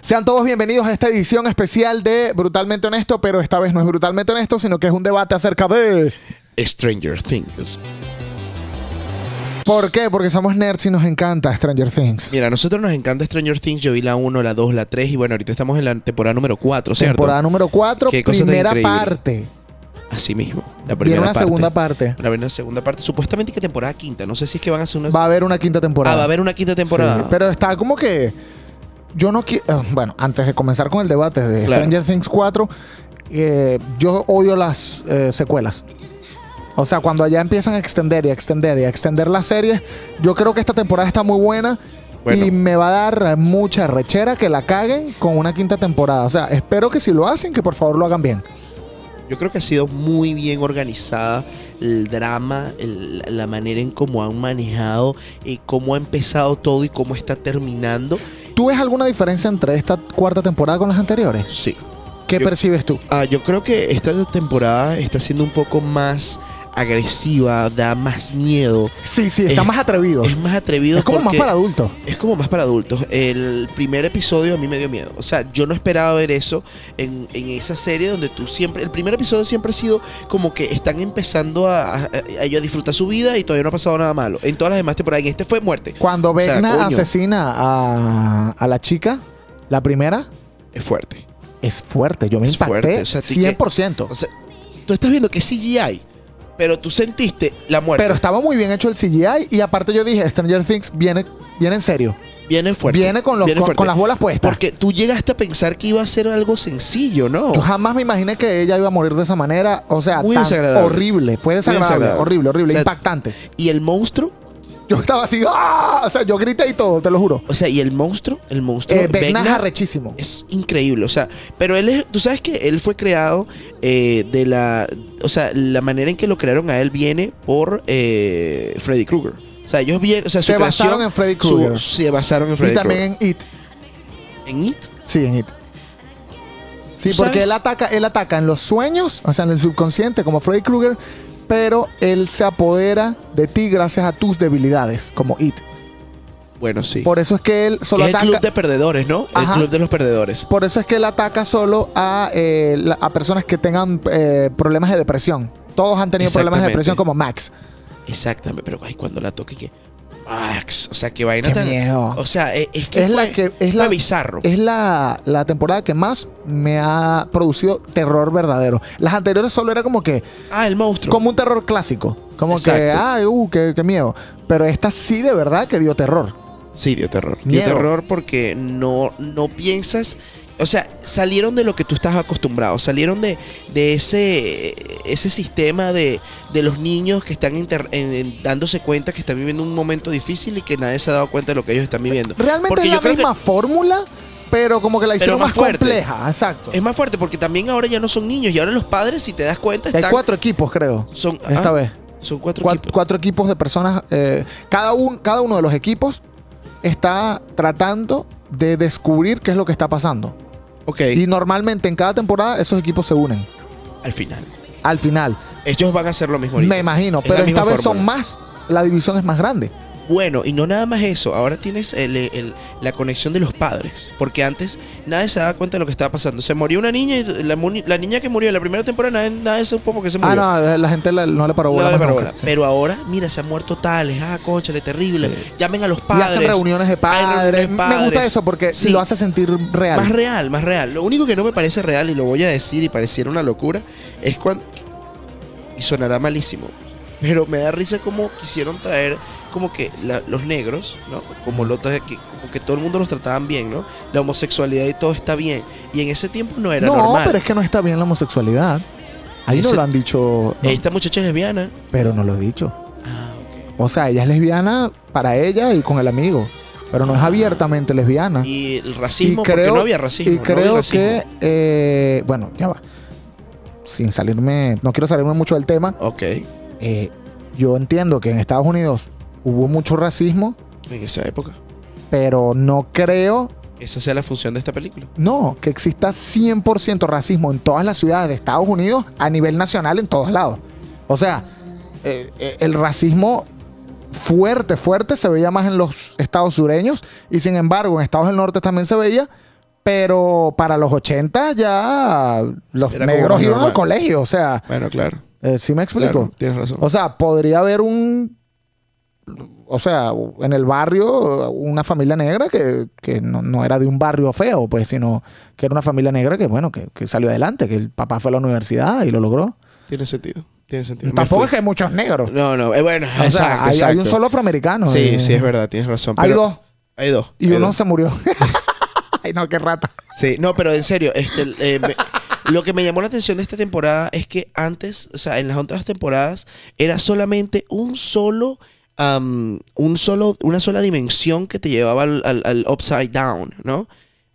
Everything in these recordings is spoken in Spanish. Sean todos bienvenidos a esta edición especial de Brutalmente Honesto, pero esta vez no es Brutalmente Honesto, sino que es un debate acerca de... Stranger Things. ¿Por qué? Porque somos nerds y nos encanta Stranger Things. Mira, a nosotros nos encanta Stranger Things. Yo vi la 1, la 2, la 3 y bueno, ahorita estamos en la temporada número 4, ¿cierto? Temporada número 4, Qué cosa tan primera increíble. parte. Así mismo. La Viene primera una parte. segunda parte. La primera segunda parte. Supuestamente que temporada quinta. No sé si es que van a hacer una... Va a haber una quinta temporada. Ah, va a haber una quinta temporada. Sí, pero está como que. Yo no quiero. bueno, antes de comenzar con el debate de Claro. Stranger Things 4, eh, yo odio las eh, secuelas. O sea, cuando allá empiezan a extender y a extender y a extender las series, yo creo que esta temporada está muy buena. Bueno. Y me va a dar mucha rechera que la caguen con una quinta temporada. O sea, espero que si lo hacen, que por favor lo hagan bien. Yo creo que ha sido muy bien organizada el drama, el- la manera en cómo han manejado, y cómo ha empezado todo y cómo está terminando. ¿Tú ves alguna diferencia entre esta cuarta temporada con las anteriores? Sí. ¿Qué Yo- percibes tú? Ah, yo creo que esta temporada está siendo un poco más agresiva, da más miedo. Sí, sí, está Es- más atrevido. Es más atrevido. Es como más porque- para adultos. Es como más para adultos. El primer episodio a mí me dio miedo. O sea, yo no esperaba ver eso en, en esa serie donde tú siempre. El primer episodio siempre ha sido como que están empezando a, a- a ellos a disfrutar su vida y todavía no ha pasado nada malo. En todas las demás temporadas, en este fue muerte. Cuando sea, Vecna coño. asesina a, a la chica, la primera, Es fuerte. es fuerte. Yo me Es impacté fuerte, o sea, ti que- 100%. O sea, tú estás viendo que es CGI, pero tú sentiste la muerte. pero estaba muy bien hecho el CGI. Y aparte yo dije, Stranger Things viene, viene en serio. viene fuerte. viene con, los, con, fuerte. con las bolas puestas. Porque tú llegaste a pensar que iba a ser algo sencillo, ¿no? yo jamás me imaginé que ella iba a morir de esa manera. O sea, Muy tan desagradable. horrible. Fue desagradable, desagradable. horrible, horrible, O sea, impactante. Y el monstruo, Yo estaba así, ¡ah! O sea, yo grité y todo, te lo juro. o sea, y el monstruo, el monstruo. Eh, Vecna es Vecna, arrechísimo. es increíble, o sea, pero él es, tú sabes que él fue creado eh, de la, o sea, la manera en que lo crearon a él viene por eh, Freddy Krueger. O sea, ellos vieron, o sea, Se su creación- basaron en Freddy su- Krueger. Se basaron en Y Freddy también Krueger. en It. En It. Sí, en It. Sí, ¿Tú porque sabes? él ataca, él ataca en los sueños, o sea, en el subconsciente, como Freddy Krueger, pero él se apodera de ti gracias a tus debilidades, como It. Bueno, sí. Por eso es que él Que solo es el ataca. club de perdedores, ¿no? Ajá. El club de los perdedores. Por eso es que él ataca solo a, eh, la- a personas que tengan eh, problemas de depresión. Todos han tenido problemas de Exactamente. depresión como Max. Exactamente, pero ay, cuando la toque que Max, o sea, que vaina Qué tan- miedo. O sea, e- es, que Es la que- es la- fue bizarro. Es la, la temporada que más me ha producido terror verdadero. Las anteriores solo era como que ah, el monstruo. Como un terror clásico. Como que, Exacto. ay, uh, qué, qué miedo. Pero esta sí de verdad que dio terror. Sí, dio terror. Miedo. Dio terror porque no, no piensas. O sea, salieron de lo que tú estás acostumbrado, salieron de, de ese, ese sistema de, de los niños que están inter- en- en- dándose cuenta que están viviendo un momento difícil y que nadie se ha dado cuenta de lo que ellos están viviendo. Realmente Porque es yo la creo que- misma fórmula, pero como que la hicieron más más, fuerte. compleja. Exacto. Es más fuerte porque también ahora ya no son niños y ahora los padres, si te das cuenta, Hay están, cuatro equipos, creo. son, Esta ah, vez. son cuatro, Cuat- equipos. Cuatro equipos de personas. eh, cada, un, cada uno de los equipos está tratando de descubrir qué es lo que está pasando. Ok, Y normalmente en cada temporada esos equipos se unen. al final. Al final. Ellos van a hacer lo mismo. ahorita. Me imagino. Es la pero esta misma vez son fórmula. más. La división es más grande. Bueno, y no nada más eso, ahora tienes el- el- la conexión de los padres, porque antes nadie se daba cuenta de lo que estaba pasando. Se murió una niña y la, mu- la niña que murió en la primera temporada nadie, nadie supo por qué se Ah, murió. no, la gente la- no le paró bola. No, más pero, nunca, ahora- sí. pero ahora, mira, se han muerto tales, ah, conchale, terrible. Sí. Llamen a los Y padres. hacen reuniones de reuniones padres. de Me gusta padres. eso porque Sí. lo hace sentir real. Más real, más real. Lo único que no me parece real, y lo voy a decir y pareciera una locura, es cuando... Y sonará malísimo. Pero me da risa como quisieron traer como que la- los negros, ¿no? Como, lo tra- que, como que todo el mundo los trataban bien, ¿no? La homosexualidad y todo está bien. Y en ese tiempo no era no, normal. pero es que no está bien la homosexualidad. Ahí no Ese- lo han dicho, no, Esta muchacha es lesbiana. pero no lo he dicho. Ah, ok. O sea, ella es lesbiana para ella y con el amigo, pero no es Ah. abiertamente lesbiana. Y, Y el racismo, Y creo- porque no había racismo. no había creo racismo. que, eh, bueno, ya va. Sin salirme, no quiero salirme mucho del tema. Ok, eh, yo entiendo que en Estados Unidos hubo mucho racismo, en esa época. pero no creo Esa sea la función de esta película. No, que exista 100% racismo en todas las ciudades de Estados Unidos, a nivel nacional, en todos lados. O sea, eh, eh, el racismo fuerte, fuerte se veía más en los estados sureños y sin embargo en estados del norte también se veía, Pero para los 80 ya los Era como negros más iban al normal. colegio. O sea, Bueno, claro. eh, ¿sí me explico? Claro, tienes razón. O sea, podría haber un. O sea, en el barrio, una familia negra que, que no, no era de un barrio feo, pues, sino que era una familia negra que, bueno, que, que salió adelante, que el papá fue a la universidad y lo logró. tiene sentido. Tiene sentido. Me Tampoco fui. es que hay muchos negros. No, no. eh, bueno, o sea, exacto, hay, hay exacto. un solo afroamericano. Sí, eh. sí, es verdad, tienes razón. Hay pero- dos Hay dos. y hay uno dos. se murió. Ay, no, qué rata. Sí, no, pero en serio, este, el, eh, me- lo que me llamó la atención de esta temporada es que antes, o sea, en las otras temporadas, era solamente un solo, am, un solo, una sola dimensión que te llevaba al, al- al upside down, ¿no?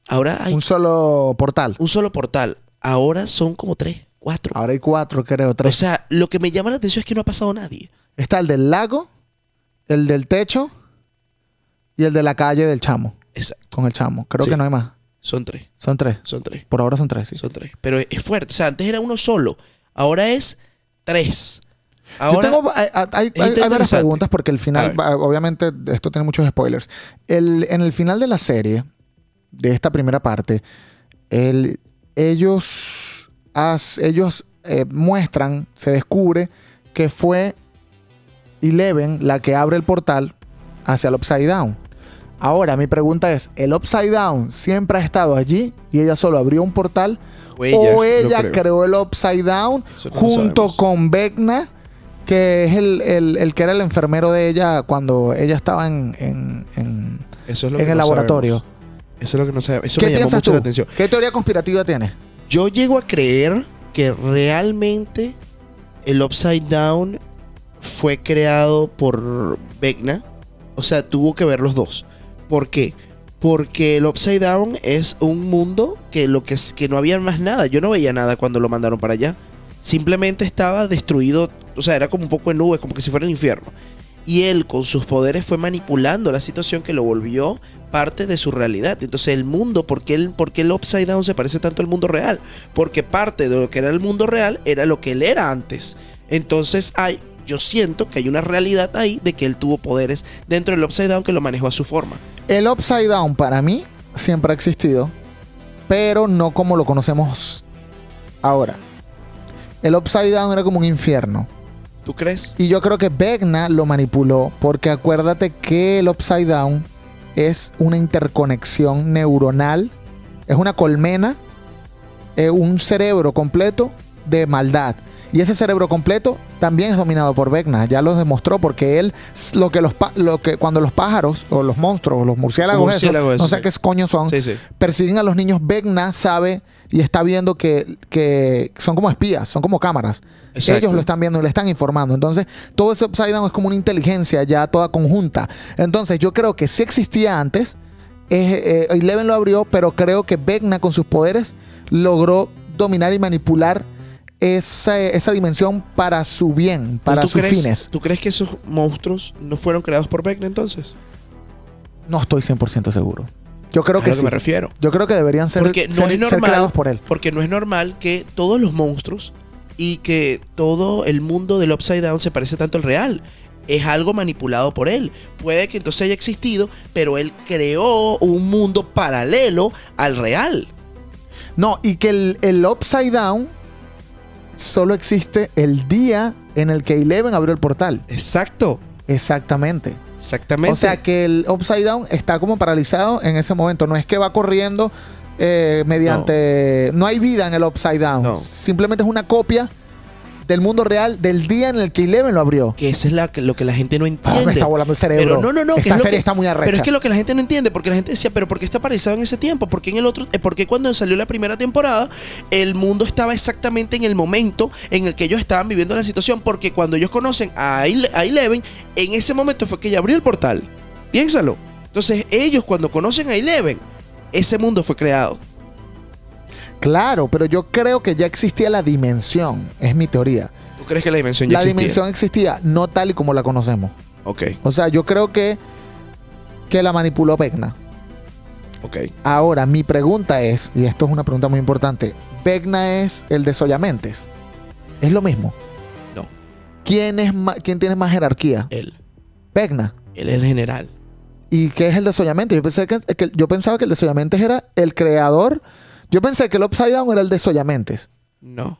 Ahora hay Un un, solo portal. solo portal. Ahora son como tres, cuatro. Ahora hay cuatro, creo, o tres. sea, lo que me llama la atención es que no ha pasado nadie. Está el del lago, el del techo y el de la calle del chamo. Exacto. Con el chamo. Creo Sí. que no hay más. Son tres, Son tres. son tres, Por ahora son tres, sí. son tres. Pero es, es fuerte. O sea, antes era uno solo. Ahora es tres. Yo Ahora, tengo, hay, hay- hay- hay varias interesante. preguntas porque el A final, ver. ah, obviamente, esto tiene muchos spoilers. El- en el final de la serie, de esta primera parte, el- ellos, as- ellos eh, muestran, se descubre que fue Eleven la que abre el portal hacia el Upside Down. Ahora, mi pregunta es, ¿el Upside Down siempre ha estado allí y ella solo abrió un portal? o ella, o lo ella creo. creó el Upside Down Eso no junto sabemos. con Vecna, que es el, el- el que era el enfermero de ella cuando ella estaba en, en- en- Eso es en el no laboratorio. sabemos. Eso es lo que no sabemos. Eso ¿Qué me llamó piensas mucho tú? la atención. ¿Qué teoría conspirativa tienes? Yo llego a creer que realmente el Upside Down fue creado por Vecna. O sea, tuvo que ver los dos. ¿Por qué? Porque el Upside Down es un mundo que lo que, es- que no había más nada. Yo no veía nada cuando lo mandaron para allá. Simplemente estaba destruido. O sea, era como un poco de nubes, como que si fuera el infierno. Y él con sus poderes fue manipulando la situación que lo volvió parte de su realidad. Entonces el mundo, ¿por qué el, por qué el Upside Down se parece tanto al mundo real? Porque parte de lo que era el mundo real era lo que él era antes. Entonces hay, yo siento que hay una realidad ahí de que él tuvo poderes dentro del Upside Down que lo manejó a su forma. El Upside Down para mí siempre ha existido, pero no como lo conocemos ahora. El Upside Down era como un infierno. ¿Tú crees? Y yo creo que Vecna lo manipuló porque acuérdate que el Upside Down es una interconexión neuronal, es una colmena, eh, un cerebro completo de maldad. Y ese cerebro completo también es dominado por Vecna, ya lo demostró porque él s- lo que los pa- lo que cuando los pájaros o los monstruos, o los murciélagos, eso, Murciélagos, eso, no sé sí. qué coño son, Sí, sí. persiguen a los niños, Vecna sabe y está viendo que, que son como espías, son como cámaras. Exacto. Ellos lo están viendo y le están informando. Entonces, todo ese upside down es como una inteligencia ya toda conjunta. Entonces, yo creo que sí existía antes. eh, eh, Eleven lo abrió, pero creo que Vecna con sus poderes logró dominar y manipular esa, esa dimensión para su bien, para ¿Tú sus crees, fines. ¿Tú crees que esos monstruos no fueron creados por Vecna entonces? No estoy 100% seguro. Yo creo Es a que lo que sí. me refiero. Yo creo que deberían ser, Porque no ser- ser es normal. creados por él. Porque no es normal que todos los monstruos y que todo el mundo del Upside Down se parece tanto al real. Es algo manipulado por él. Puede que entonces haya existido, pero él creó un mundo paralelo al real. No, y que el, el upside down solo existe el día en el que Eleven abrió el portal. Exacto. Exactamente. Exactamente. O sea que el upside down está como paralizado en ese momento. No es que va corriendo eh, mediante. No. hay vida en el upside down. No. Simplemente es una copia del mundo real del día en el que Eleven lo abrió. que eso es la- lo que la gente no Ah, entiende. me está volando el cerebro. Pero no, no, no. que Esta es lo serie que- está muy arrecha. Pero es que lo que la gente no entiende, porque la gente decía, pero ¿por qué está paralizado en ese tiempo? ¿Por qué en el otro, eh, por qué cuando salió la primera temporada, el mundo estaba exactamente en el momento en el que ellos estaban viviendo la situación? Porque cuando ellos conocen a, Ele- a Eleven, en ese momento fue que ella abrió el portal. Piénsalo. Entonces, ellos cuando conocen a Eleven, ese mundo fue creado. Claro, pero yo creo que ya existía la dimensión. Es mi teoría. ¿Tú crees que la dimensión ya La existía? dimensión existía, no tal y como la conocemos. Ok, O sea, yo creo que, que la manipuló Vecna. ok. Ahora, mi pregunta es, y esto es una pregunta muy importante, ¿Vecna es el de Sollamentes? ¿Es lo mismo? No. Eh. ¿Quién, es ma- quién tiene más jerarquía? Él. Vecna. Él es el general. ¿Y qué es el desollamiento? Yo, pensé que, que- yo pensaba que el desollamiento era el creador. Yo pensé que el Upside Down era el desollamientos. No.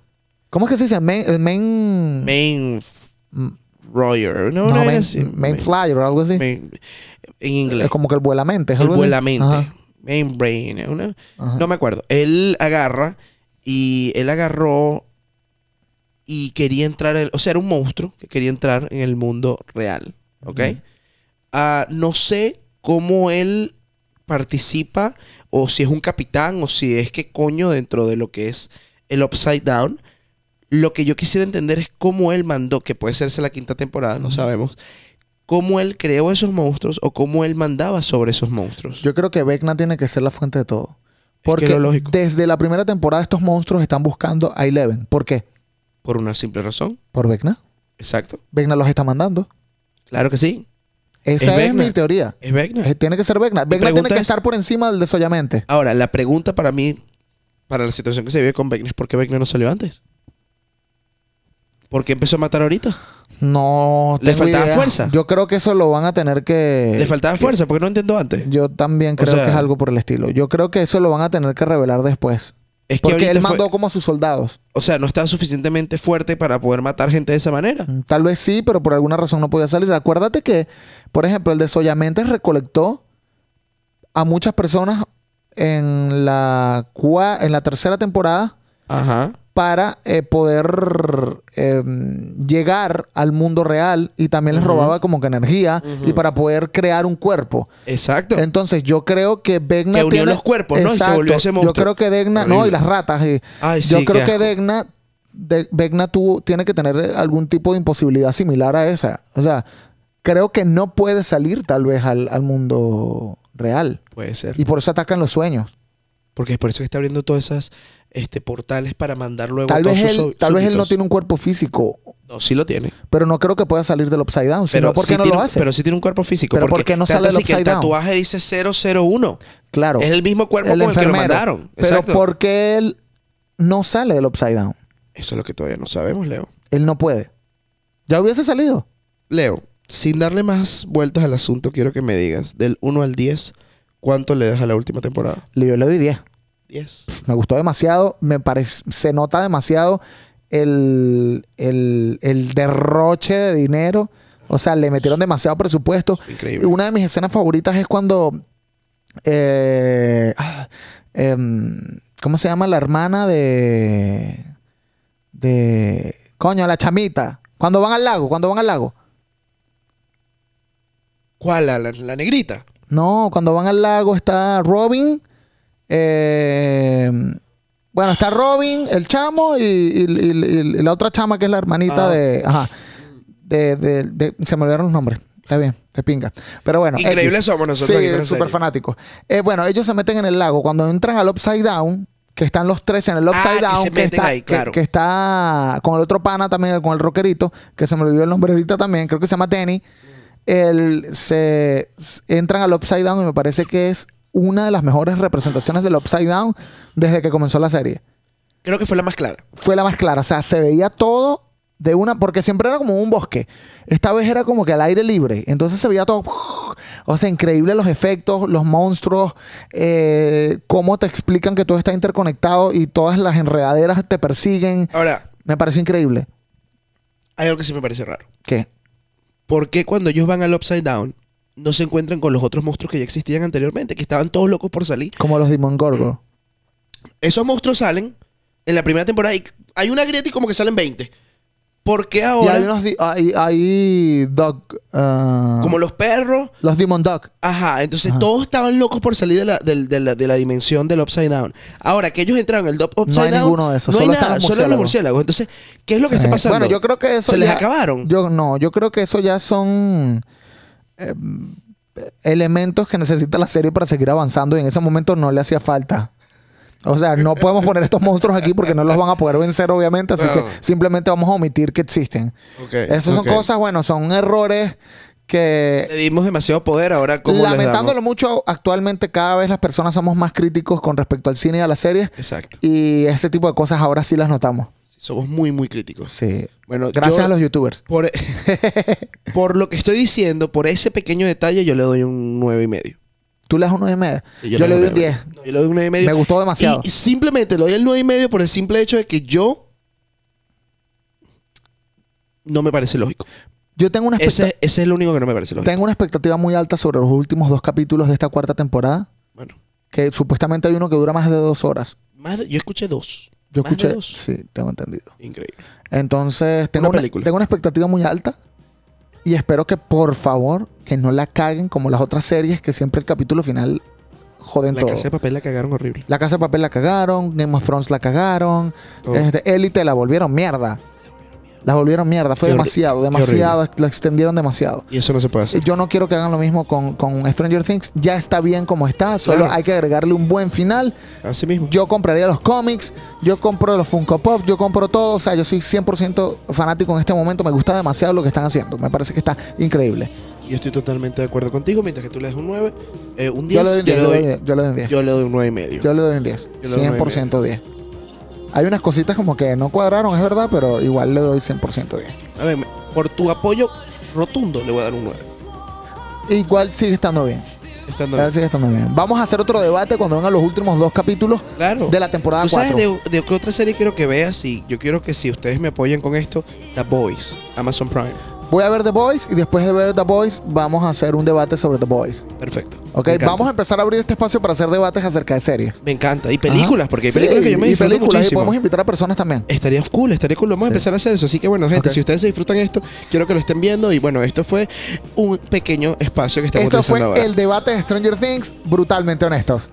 ¿Cómo es que se dice? Main, el main... Main f- Royer. No, Mm. no, no, main, así. main flyer o algo así. main- en inglés. es como que el vuelamente. es El algo así. vuelamente. Ajá, Main brain. ¿eh? Una- ajá. No me acuerdo. Él agarra y él agarró y quería entrar. el- o sea, era un monstruo que quería entrar en el mundo real. ¿Ok? Ujú. Ah, no sé cómo él participa o si es un capitán o si es que coño dentro de lo que es el Upside Down. Lo que yo quisiera entender es cómo él mandó, que puede serse la quinta temporada, no Ujú. sabemos, cómo él creó esos monstruos o cómo él mandaba sobre esos monstruos. Yo creo que Vecna tiene que ser la fuente de todo. Porque lo lógico. desde la primera temporada estos monstruos están buscando a Eleven. ¿Por qué? Por una simple razón. Por Vecna. Exacto. Vecna los está mandando. Claro que sí. Esa es, Vecna. mi teoría. Es Vecna. Eh, Tiene que ser Vecna. Vecna tiene pregunta que es- estar por encima del desollamente. Ahora, la pregunta para mí, para la situación que se vive con Vecna, es por qué Vecna no salió antes. ¿Por qué empezó a matar ahorita? No. Le tengo faltaba idea. fuerza. Yo creo que eso lo van a tener que. Le faltaba que- fuerza, porque no entendió antes. Yo también O creo sea- que es algo por el estilo. Yo creo que eso lo van a tener que revelar después. Es que Porque ahorita él fue- mandó como a sus soldados. o sea, no estaba suficientemente fuerte para poder matar gente de esa manera. Mm, Tal vez sí, pero por alguna razón no podía salir. Acuérdate que, por ejemplo, el desollamente recolectó a muchas personas en la, cua- en la tercera temporada Ajá. para eh, poder eh, llegar al mundo real y también les Ujú. robaba como que energía y para poder crear un cuerpo. Exacto. Entonces yo creo que Degna Que unió los cuerpos, ¿no? Y se volvió ese monstruo. Yo creo que Degna, no, Horrible. y las ratas. y- Ay, sí, yo creo qué que asco. Degna, de, Vecna tuvo, tiene que tener algún tipo de imposibilidad similar a esa. O sea, creo que no puede salir tal vez al, al mundo real. Puede ser. Y por eso atacan los sueños. Porque es por eso que está abriendo todas esas este, portales para mandar luego Tal a todos vez, sus él, sub- tal vez él no súbditos. tiene un cuerpo físico, No, sí lo tiene. pero no creo que pueda salir del Upside Down. Sino, ¿Por qué sí no tiene, lo hace? Pero sí tiene un cuerpo físico. Pero ¿por porque qué no tanto sale el así que upside down? tatuaje dice 001. claro. Es el mismo cuerpo el con el que lo enfermero. mandaron. Pero Exacto. ¿por qué él no sale del Upside Down? Eso es lo que todavía no sabemos, Leo. Él no puede. Ya hubiese salido. Leo, sin darle más vueltas al asunto, quiero que me digas, del 1 al 10, ¿cuánto le das a la última temporada? Le- Yo le doy 10. 10. me gustó demasiado, me parece, se nota demasiado el, el- el derroche de dinero. O sea, le metieron demasiado presupuesto. Increíble. Una de mis escenas favoritas es cuando. eh, ah, em, ¿Cómo se llama la hermana de. de. Coño, la chamita. Cuando van al lago, cuando van al lago. ¿Cuál? ¿La, la- la negrita? No, cuando van al lago está Robin. eh, bueno, está Robin, el chamo y, y- y- y la otra chama que es la hermanita Ah. de, ajá, de, de- de- Se me olvidaron los nombres. Está bien, te pinga. Pero bueno. Increíble X. somos nosotros aquí con Sí, la súper serie. fanáticos. Eh, bueno, ellos se meten en el lago. Cuando entran al Upside Down, que están los tres en el Upside Ah, que Down, se meten está, ahí, claro. que, que está con el otro pana también, con el rockerito, que se me olvidó el nombre ahorita también, creo que se llama Tenny. El, se, s- entran al Upside Down y me parece que es una de las mejores representaciones del Upside Down desde que comenzó la serie. Creo que fue la más clara. Fue la más clara, o sea, se veía todo de una, porque siempre era como un bosque. Esta vez era como que al aire libre, entonces se veía todo, o sea, increíble los efectos, los monstruos, eh, cómo te explican que todo está interconectado y todas las enredaderas te persiguen. Ahora, Me pareció increíble. hay algo que sí me parece raro. ¿Qué? ¿Por qué cuando ellos van al Upside Down no se encuentran con los otros monstruos que ya existían anteriormente, que estaban todos locos por salir? Como los Demon Gorgo. Esos monstruos salen en la primera temporada y hay una grieta y como que salen 20. ¿Por qué Y hay ahora? unos di- hay, hay dog, ah, Como los perros, los Demon Dog. Ajá, entonces Ajá. todos estaban locos por salir de la, del- de la, de la dimensión del Upside Down. Ahora que ellos entraron en el do- Upside hay Down. ninguno de esos, no hay solo nada, están los solo eran los murciélagos. murciélagos. Entonces, ¿qué es lo que está Eh, pasando? Bueno, yo creo que eso Se les ya- acabaron. Yo no, yo creo que eso ya son eh, elementos que necesita la serie para seguir avanzando y en ese momento no le hacía falta. O sea, no podemos poner estos monstruos aquí porque no los van a poder vencer, obviamente, así No. que simplemente vamos a omitir que existen. Ok, Esas ok. son cosas, bueno, son errores Le que dimos demasiado poder ahora. ¿cómo les lamentándolo damos? mucho, actualmente cada vez las personas somos más críticos con respecto al cine y a las series Exacto. y ese tipo de cosas ahora sí las notamos. Somos muy, muy críticos. Sí. Bueno, Gracias yo- a los youtubers. Por, e- por lo que estoy diciendo, por ese pequeño detalle, yo le doy un 9 y medio. Tú le das un 9 y medio. yo, le doy un 10. No, yo le doy un 9 y medio. Me gustó demasiado. Y, y simplemente le doy el 9 y medio por el simple hecho de que yo no me parece lógico. Yo tengo una, expecta- Ese, ese es lo único que no me parece lógico. tengo una expectativa muy alta sobre los últimos dos capítulos de esta cuarta temporada. Bueno, Que supuestamente hay uno que dura más de dos horas. más de- yo escuché dos. Yo Más de escuché. dos. Sí, tengo entendido. Increíble. Entonces, tengo Una una, película. tengo una expectativa muy alta. Y espero que, por favor, que no la caguen como las otras series que siempre el capítulo final joden La todo. casa de papel la cagaron horrible. La Casa de Papel la cagaron, Game of Thrones la cagaron, Todo. este, Elite la volvieron mierda. La volvieron mierda, fue Qué horri- demasiado, demasiado, la extendieron demasiado. Y eso no se puede hacer. Yo no quiero que hagan lo mismo con, con Stranger Things, ya está bien como está, solo Claro. hay que agregarle un buen final. Así mismo. Yo compraría los cómics, yo compro los Funko Pop, yo compro todo, o sea, yo soy 100% fanático en este momento, me gusta demasiado lo que están haciendo, me parece que está increíble. Yo estoy totalmente de acuerdo contigo. Mientras que tú le das un 9, eh, un Yo 10, le doy un 10, yo, yo le le doy un 10, yo le doy un 10. yo le doy un 9 y medio. Yo le doy un 10. Yo le doy un 100% 10. Hay unas cositas como que no cuadraron, es verdad, pero igual le doy 100% 10. A ver, me- por tu apoyo rotundo le voy a dar un 9. Igual sigue estando bien. Estando Igual bien. sigue estando bien. Vamos a hacer otro debate cuando vengan los últimos dos capítulos Claro. de la temporada ¿Tú sabes 4. de, de qué otra serie quiero que veas? Y yo quiero que si ustedes me apoyan con esto, The Boys, Amazon Prime. Voy a ver The Boys y después de ver The Boys vamos a hacer un debate sobre The Boys. Perfecto. ¿Ok? Me encanta. Vamos a empezar a abrir este espacio para hacer debates acerca de series. Me encanta. Y películas, Ajá. porque hay Sí, películas que yo me y disfruto películas, y muchísimo. podemos invitar a personas también. Estaría cool, estaría cool. Vamos a Sí. empezar a hacer eso. Así que bueno, gente, Ok. si ustedes se disfrutan esto, quiero que lo estén viendo. Y bueno, esto fue un pequeño espacio que estamos Esto utilizando fue ahora. el debate de Stranger Things, brutalmente honestos.